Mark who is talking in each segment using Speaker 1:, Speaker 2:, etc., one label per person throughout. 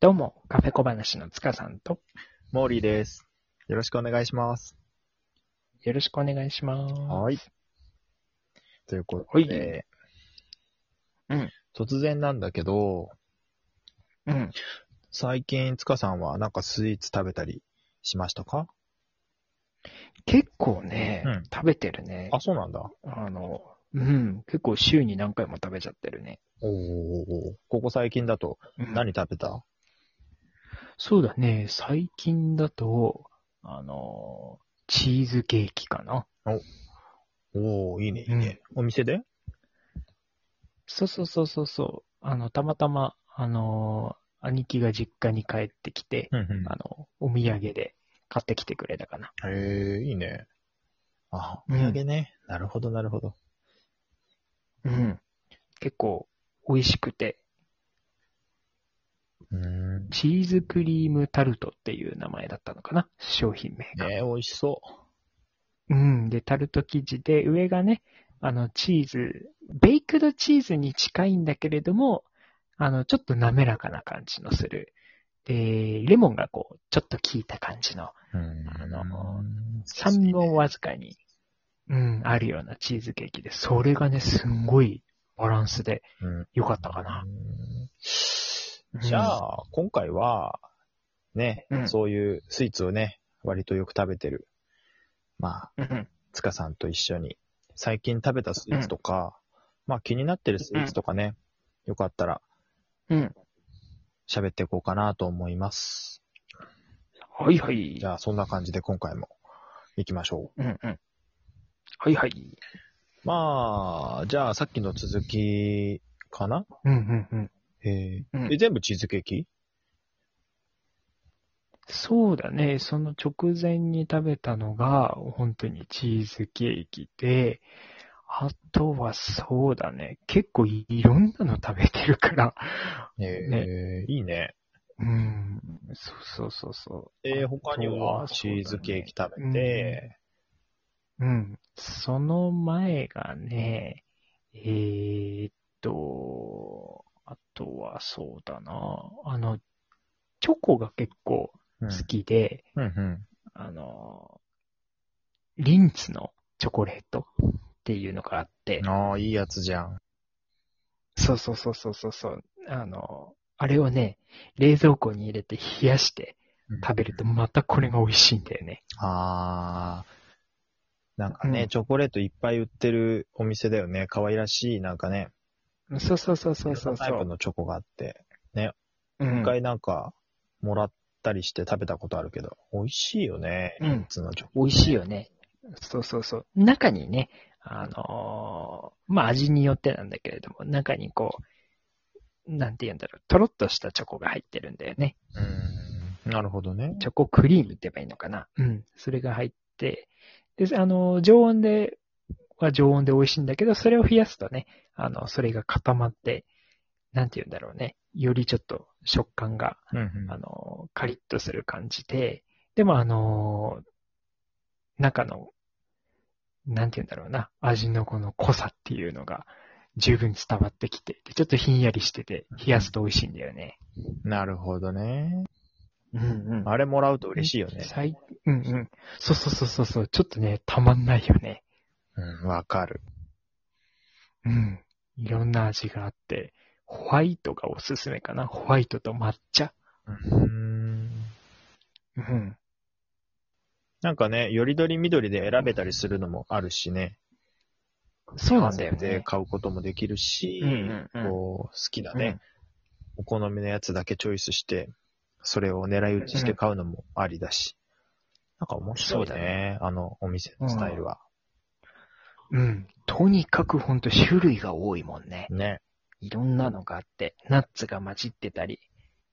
Speaker 1: どうも、カフェ小話の塚さんと、
Speaker 2: モーリーです。よろしくお願いします。
Speaker 1: よろしくお願いします。
Speaker 2: はい。ということで、
Speaker 1: うん
Speaker 2: 突然なんだけど、
Speaker 1: うん。
Speaker 2: 最近、つかさんはなんかスイーツ食べたりしましたか
Speaker 1: 結構ね、
Speaker 2: うん
Speaker 1: 食べてるね。
Speaker 2: あ、そうなんだ。
Speaker 1: あの、うん、結構週に何回も食べちゃってるね。
Speaker 2: おーここ最近だと
Speaker 1: うん
Speaker 2: 何食べた、
Speaker 1: そうだね、最近だと、あの、チーズケーキかな。
Speaker 2: おーいいね、いいね。お店で
Speaker 1: そうそうそうそうそう。あの、たまたま、あの、兄貴が実家に帰ってきて、
Speaker 2: うんうん
Speaker 1: あの、お土産で買ってきてくれたかな。
Speaker 2: へえいいね。あ、お
Speaker 1: うん
Speaker 2: 土産ね。なるほど、なるほど。
Speaker 1: うん。結構、美味しくて、
Speaker 2: うーん。
Speaker 1: チーズクリームタルトっていう名前だったのかな商品名が。
Speaker 2: ねえ美味しそ
Speaker 1: うん。で、タルト生地で、上がね、あの、チーズ、ベイクドチーズに近いんだけれども、あの、ちょっと滑らかな感じのする。で、レモンがこう、ちょっと効いた感じの、
Speaker 2: う。うん
Speaker 1: あの酸
Speaker 2: 酸
Speaker 1: 味もわずかに、うん、あるようなチーズケーキで、それがね、すんごいバランスで良かったかな。
Speaker 2: うんじゃあ、今回は、ね、
Speaker 1: うん
Speaker 2: そういうスイーツをね、割とよく食べてる。まあ、
Speaker 1: うん。
Speaker 2: つかさんと一緒に、最近食べたスイーツとか、まあ気になってるスイーツとかね、よかったら
Speaker 1: うん。
Speaker 2: 喋っていこうかなと思います。
Speaker 1: はいはい
Speaker 2: じ。ゃあ、そんな感じで今回も行きましょう。
Speaker 1: うんうん。はいはい。
Speaker 2: まあ、じゃあ、さっきの続きかな
Speaker 1: うんうんうん。
Speaker 2: えー
Speaker 1: うん
Speaker 2: え、全部チーズケーキ
Speaker 1: そうだね。その直前に食べたのが、本当にチーズケーキで、あとはそうだね。結構いろんなの食べてるから。
Speaker 2: えーいいね。
Speaker 1: うん。そうそうそうそう。
Speaker 2: えー
Speaker 1: あと
Speaker 2: 他にはチーズケーキ食べて、
Speaker 1: うん。その前がね、えーっと、あとはそうだな。あの、チョコが結構
Speaker 2: うん
Speaker 1: 好きで、
Speaker 2: うんうん。
Speaker 1: あの、リンツのチョコレートっていうのがあって、
Speaker 2: ああ、いいやつじゃん。
Speaker 1: そうそうそうそうそうそう、あの、あれをね、冷蔵庫に入れて冷やして食べるとまたこれが美味しいんだよね。
Speaker 2: ああ。なんかね、
Speaker 1: うん
Speaker 2: チョコレートいっぱい売ってるお店だよね。可愛らしい、なんかね。
Speaker 1: そうそうそうそうそう
Speaker 2: いろんなタイ
Speaker 1: そ
Speaker 2: プ
Speaker 1: う。
Speaker 2: のチョコがあって。
Speaker 1: う
Speaker 2: 一
Speaker 1: ん、
Speaker 2: 回なんか、もらったりして食べたことあるけど、美味しいよね。
Speaker 1: うん
Speaker 2: 普通のチョコ。
Speaker 1: 美味しいよね。そうそうそう。中にね、あのーまあ、味によってなんだけれども、中にこう、なんて言うんだろう、とろっとしたチョコが入ってるんだよね。
Speaker 2: うん。なるほどね。
Speaker 1: チョコクリームって言えばいいのかな。うん。それが入って、で、あの、常温で、は常温で美味しいんだけど、それを冷やすとね、あの、それが固まって、なんて言うんだろうね。よりちょっと食感が、
Speaker 2: うん
Speaker 1: あの、カリッとする感じで、でもあの、中の、なんて言うんだろうな、味のこの濃さっていうのが十分伝わってきて、でちょっとひんやりしてて、冷やすと美味しいんだよね。
Speaker 2: うん。なるほどね。
Speaker 1: うんうん
Speaker 2: あれもらうと嬉しいよね。
Speaker 1: 最うんうん。そうそうそうそうそう。ちょっとね、たまんないよね。
Speaker 2: うん、わかる。
Speaker 1: うん。いろんな味があって、ホワイトがおすすめかな。ホワイトと抹茶。
Speaker 2: うん。
Speaker 1: うん。
Speaker 2: なんかね、よりどりみどりで選べたりするのもあるしね。
Speaker 1: そうなんだよ
Speaker 2: で
Speaker 1: ね。
Speaker 2: 買うこともできるし、
Speaker 1: うんうんうん
Speaker 2: こう好きなね、お好みのやつだけチョイスして、それを狙い撃ちして買うのもありだし。なんか面白い
Speaker 1: そう
Speaker 2: ね
Speaker 1: だ
Speaker 2: あのお店のスタイルは。
Speaker 1: うん。とにかくほんと種類が多いもんね。
Speaker 2: ね。
Speaker 1: いろんなのがあって、ナッツが混じってたり、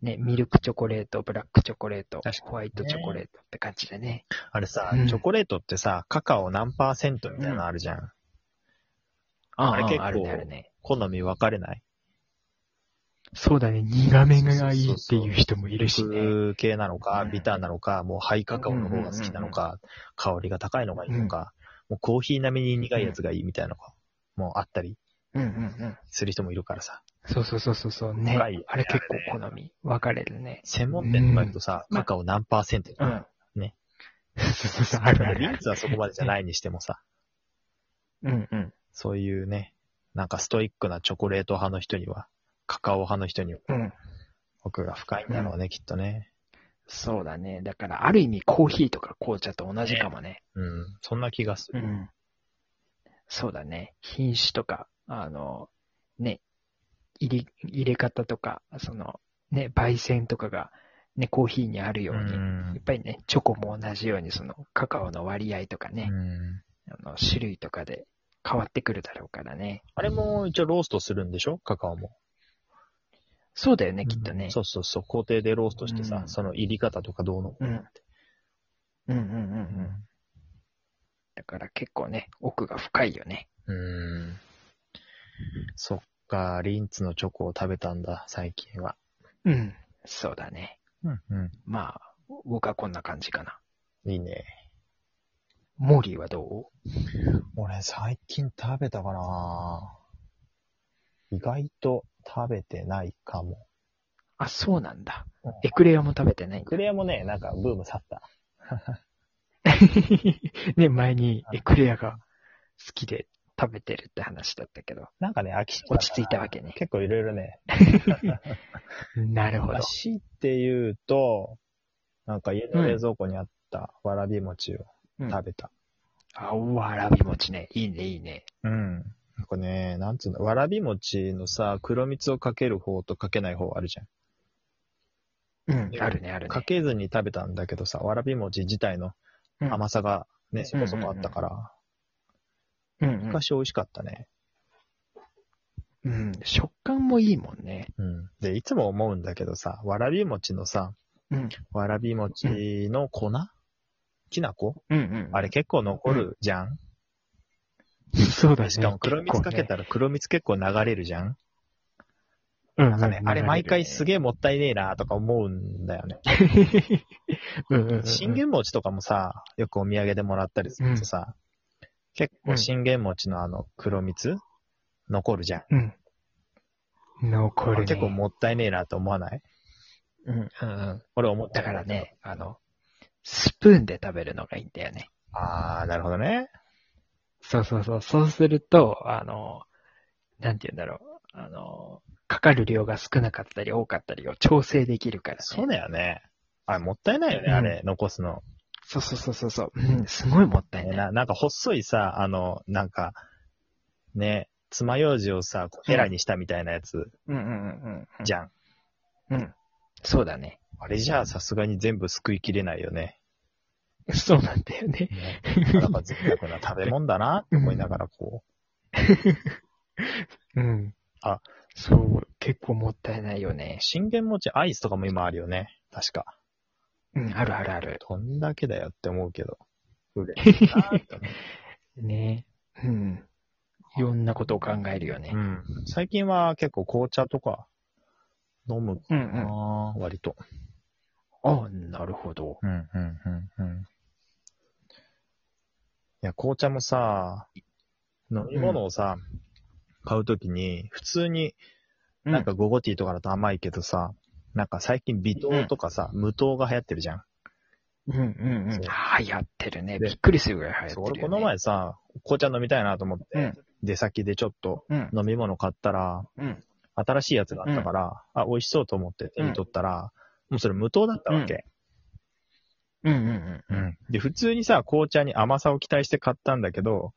Speaker 1: ね、ミルクチョコレート、ブラックチョコレート
Speaker 2: 確か、にね
Speaker 1: ホワイトチョコレートって感じでね。
Speaker 2: あれさ、
Speaker 1: うん
Speaker 2: チョコレートってさ、カカオ何パーセントみたいなのあるじゃん。
Speaker 1: あ
Speaker 2: あれ
Speaker 1: あ
Speaker 2: 結構
Speaker 1: あるね、あるね。
Speaker 2: 好み分かれない
Speaker 1: そうだね、苦めがいいっていう人もいるし
Speaker 2: ミ
Speaker 1: ね。
Speaker 2: ルク系なのか、
Speaker 1: うん
Speaker 2: ビターなのか、もうハイカカオの方が好きなのか、香りが高いのがいいのか、もうコーヒー並みに苦いやつがいいみたいなのが、もうあったり
Speaker 1: うんうんうん。
Speaker 2: する人もいるからさ。
Speaker 1: そうそうそうそうそう、ね。
Speaker 2: 深いよね
Speaker 1: あれ結構好み。分かれるね。
Speaker 2: 専門店とか行くとさ、
Speaker 1: うん
Speaker 2: カカオ何パーセントと
Speaker 1: う
Speaker 2: か
Speaker 1: ん。
Speaker 2: ね。
Speaker 1: そうそうそう、あるあ
Speaker 2: リ
Speaker 1: るあ
Speaker 2: ー
Speaker 1: る。
Speaker 2: ズはそこまでじゃないにしてもさ、
Speaker 1: うんうん。
Speaker 2: そういうね、なんかストイックなチョコレート派の人には、カカオ派の人には
Speaker 1: うん。
Speaker 2: 奥が深いんだろうね、きっとね。
Speaker 1: そうだね。だから、ある意味コーヒーとか紅茶と同じかもね。
Speaker 2: うん、そんな気がす
Speaker 1: う
Speaker 2: る。
Speaker 1: ん。そうだね。品種とか、あの、ね、入れ、入れ方とか、その、ね、焙煎とかが、ね、コーヒーにあるように、や
Speaker 2: ん
Speaker 1: っぱりね、チョコも同じように、その、カカオの割合とかね、
Speaker 2: うん
Speaker 1: あの種類とかで変わってくるだろうからね。
Speaker 2: あれも一応ローストするんでしょカカオも。
Speaker 1: そうだよね、きっとね。
Speaker 2: そうそうそう。工程でローストしてさ、
Speaker 1: うん
Speaker 2: その入り方とかどうのこうのって。
Speaker 1: うんうんうんうん。だから結構ね、奥が深いよね。
Speaker 2: うん。そっか、リンツのチョコを食べたんだ、最近は。
Speaker 1: うん。そうだね。
Speaker 2: うん、う
Speaker 1: まあ、僕はこんな感じかな。
Speaker 2: ん。いいね。
Speaker 1: モーリーはど
Speaker 2: 俺、最近食べたかな意外と食べてないかも。
Speaker 1: うあ、そうなんだ
Speaker 2: うん。
Speaker 1: エクレアも食べてないんだ
Speaker 2: ク。レアもね、なんかブーム去った。
Speaker 1: ね、前にエクレアが好きで食べてるって話だったけど、
Speaker 2: なんかね、飽き性だか ら
Speaker 1: 落ち着いたわけね。
Speaker 2: 結構いろいろね、
Speaker 1: なるほど
Speaker 2: ら。しいって言うと、なんか家の冷蔵庫にあったわらび餅を
Speaker 1: うん
Speaker 2: 食べた。
Speaker 1: あ、わらび餅ね。いいね、いいね。
Speaker 2: うん。なんかね、なんつうの、わらび餅のさ、黒蜜をかける方とかけない方あるじゃん。
Speaker 1: うん、あるね、あるね。
Speaker 2: かけずに食べたんだけどさ、わらび餅自体の
Speaker 1: うん
Speaker 2: 甘さがね、
Speaker 1: うん
Speaker 2: そこそこあったから、
Speaker 1: うんうん、
Speaker 2: 昔美味しかったね。
Speaker 1: うん、食感もいいもんね。
Speaker 2: うん。で、いつも思うんだけどさ、わらび餅のさ、
Speaker 1: うん、
Speaker 2: わらび餅の粉、きな粉
Speaker 1: うん、うん。
Speaker 2: あれ結構残るじゃん、
Speaker 1: そうだね。
Speaker 2: しかも黒蜜かけ
Speaker 1: 結
Speaker 2: たら黒蜜結構流れるじゃん、
Speaker 1: 構ね、
Speaker 2: なんかね、あれ毎回す
Speaker 1: え。
Speaker 2: げえもったいねえなとか思うんだよね。
Speaker 1: うんうんうん
Speaker 2: 信玄餅とかもさ、よくお土産でもらったりするとさ、結構信玄餅のあの黒蜜残るじゃん。
Speaker 1: うん。残るね。
Speaker 2: 結構もったいねえなと思わない
Speaker 1: うんうんうん。
Speaker 2: 俺思った
Speaker 1: だから。ね、あの、スプーンで食べるのがいいんだよね。
Speaker 2: あー、なるほどね。
Speaker 1: そうそうそう。そうすると、あの、なんて言うんだろう。あの、かかる量が少なかったり多かったりを調整できるからね。
Speaker 2: そうだよね。あれもったいないよね、
Speaker 1: うん
Speaker 2: あれ、残すの。
Speaker 1: そうそうそうそうそう。うん、すごいもったいない。
Speaker 2: ななんか細いさ、あの、なんか、ね、爪楊枝をさ、ヘラにしたみたいなやつ
Speaker 1: うんうんうんうん。
Speaker 2: じゃん。
Speaker 1: うん。そうだね。
Speaker 2: あれじゃあさすがに全部救いきれないよね。
Speaker 1: そうなんだよね。
Speaker 2: なんか贅沢な食べ物だなって思いながらこ
Speaker 1: うん。
Speaker 2: あ、
Speaker 1: そう、結構もったいないよ
Speaker 2: う。
Speaker 1: ね。
Speaker 2: 信玄餅アイスとかも今あるよね。確か。
Speaker 1: うん、あるあるある。
Speaker 2: どんだけだよって思うけど。売れるなって 思
Speaker 1: ね。うん。いろんなことを考えるよね
Speaker 2: う。う。ん。最近は結構紅茶とか飲むか
Speaker 1: うんう
Speaker 2: な、
Speaker 1: ん。あ
Speaker 2: 割と。
Speaker 1: あ、なるほど。
Speaker 2: うんうんうんうん。いや、紅茶もさ、飲み物をさ、買うときに、普通になんかゴゴティーとかだと甘いけどさ、なんか最近微糖とかさ、無糖が流行ってるじゃん。
Speaker 1: うんうんう
Speaker 2: そ
Speaker 1: ん。
Speaker 2: う
Speaker 1: 流行ってるね。
Speaker 2: で
Speaker 1: びっくりするぐらい流
Speaker 2: そう
Speaker 1: 行って
Speaker 2: 俺
Speaker 1: る
Speaker 2: こ
Speaker 1: よ、ね。
Speaker 2: の前さ、紅茶飲みたいなと思って、出先でちょっと
Speaker 1: うん。
Speaker 2: 飲み物買ったら、
Speaker 1: うん。うん。
Speaker 2: 新しいやつがあったから、あ、美味しそうと思って手に取ったら、もうそれ無糖だったわけ。
Speaker 1: うんうんうん。、
Speaker 2: で、普通にさ、紅茶に甘さを期待して買ったんだけど、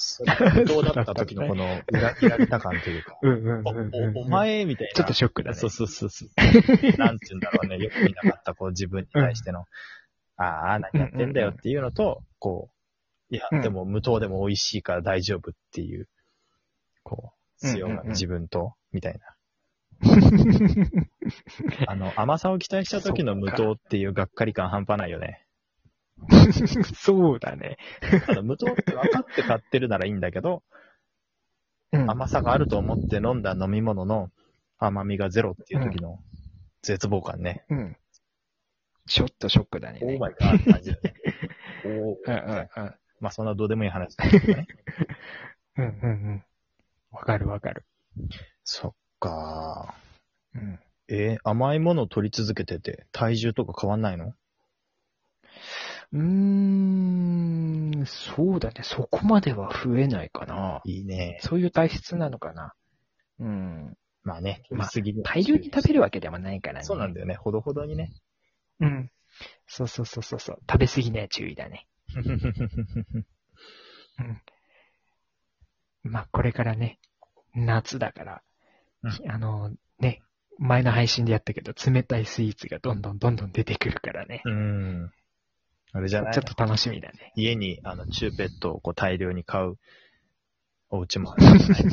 Speaker 2: そ れが無糖だった時のこの 裏切られた感というか
Speaker 1: うんうん
Speaker 2: お
Speaker 1: うん
Speaker 2: おお前みたいな。
Speaker 1: ちょっとショックだね。
Speaker 2: そうそうそうそう。なんて言うんだろうね。よく見なかった、こう自分に対しての、ああ、何やってんだよっていうのと、こう、いや、
Speaker 1: うん
Speaker 2: でも無糖でも美味しいから大丈夫っていう、こう、
Speaker 1: う
Speaker 2: 強
Speaker 1: ん
Speaker 2: が
Speaker 1: うんうん
Speaker 2: 自分と、みたいな。あの、甘さを期待した時の無糖っていうがっかり感半端ないよね。
Speaker 1: そうだね。
Speaker 2: ただ無糖って分かって買ってるならいいんだけど、
Speaker 1: うん。
Speaker 2: 甘さがあると思って飲んだ飲み物の甘みがゼロっていう時の絶望感ね。
Speaker 1: うん。ちょっとショックだね。
Speaker 2: オーマイガーって感じ だね。おー
Speaker 1: うんうんうん。
Speaker 2: まあそんなどうでもい い話だけどね。
Speaker 1: うんうんうん。わかるわかる。
Speaker 2: そっか。
Speaker 1: うん。
Speaker 2: えー甘いものを取り続けてて、体重とか変わんないの
Speaker 1: うーん、そうだね。そこまでは増えないかな。
Speaker 2: いいね。
Speaker 1: そういう体質なのかな。うん。
Speaker 2: まあね、
Speaker 1: まあ
Speaker 2: ぎで
Speaker 1: 大量に食べるわけでもないからね。
Speaker 2: そうなんだよね。ほどほどにね。
Speaker 1: うん。そうそうそうそうそう。食べ過ぎには注意だね。まあ、これからね、夏だから、
Speaker 2: うん
Speaker 1: あの、ね、前の配信でやったけど、冷たいスイーツがどんどんどんどん出てくるからね。
Speaker 2: うん。あれじ
Speaker 1: ち
Speaker 2: ゃ
Speaker 1: ょ
Speaker 2: ない
Speaker 1: っと楽しみだね。
Speaker 2: 家に、あの、チューペットをこう大量に買うお家もあるん じゃない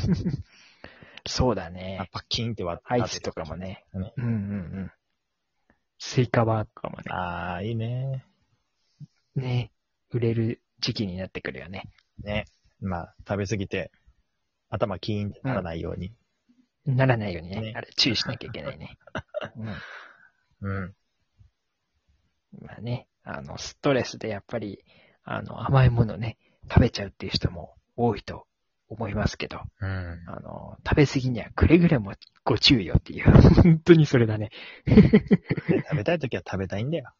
Speaker 1: そうだ
Speaker 2: あ
Speaker 1: ね。
Speaker 2: パキンって割って。
Speaker 1: アイスとかもね。
Speaker 2: ね
Speaker 1: うんうんうん。スイカバーとかもね。
Speaker 2: ああ、いいね。
Speaker 1: ね、売れる時期になってくるよね。
Speaker 2: ね。まあ、食べ過ぎて、頭キーンってならないように。
Speaker 1: ならないようにね、
Speaker 2: ね
Speaker 1: あれ注意しなきゃいけない ね。うん
Speaker 2: うん。
Speaker 1: まあね、あの、ストレスでやっぱり、あの、甘いものね、食べちゃうっていう人も多いと思いますけど、
Speaker 2: うん。
Speaker 1: あの、食べ過ぎにはくれぐれもご注意をっていう、本当にそれだね。
Speaker 2: で食べたいときは食べたいんだよ。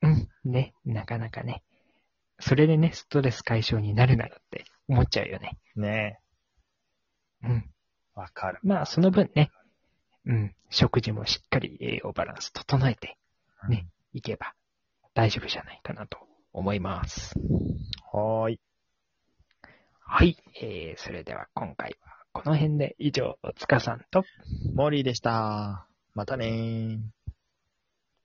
Speaker 1: うん、ね、なかなかね。それでね、ストレス解消になるならって思っちゃうよね。
Speaker 2: ね
Speaker 1: うん。
Speaker 2: え。わかる。
Speaker 1: まあ、その分ね、うん、食事もしっかり栄養バランス整えてねいけば大丈夫じゃないかなと思います。
Speaker 2: うん。はーい。
Speaker 1: はい、えー、それでは今回はこの辺で以上、つかさんと
Speaker 2: モーリーでした。またねー。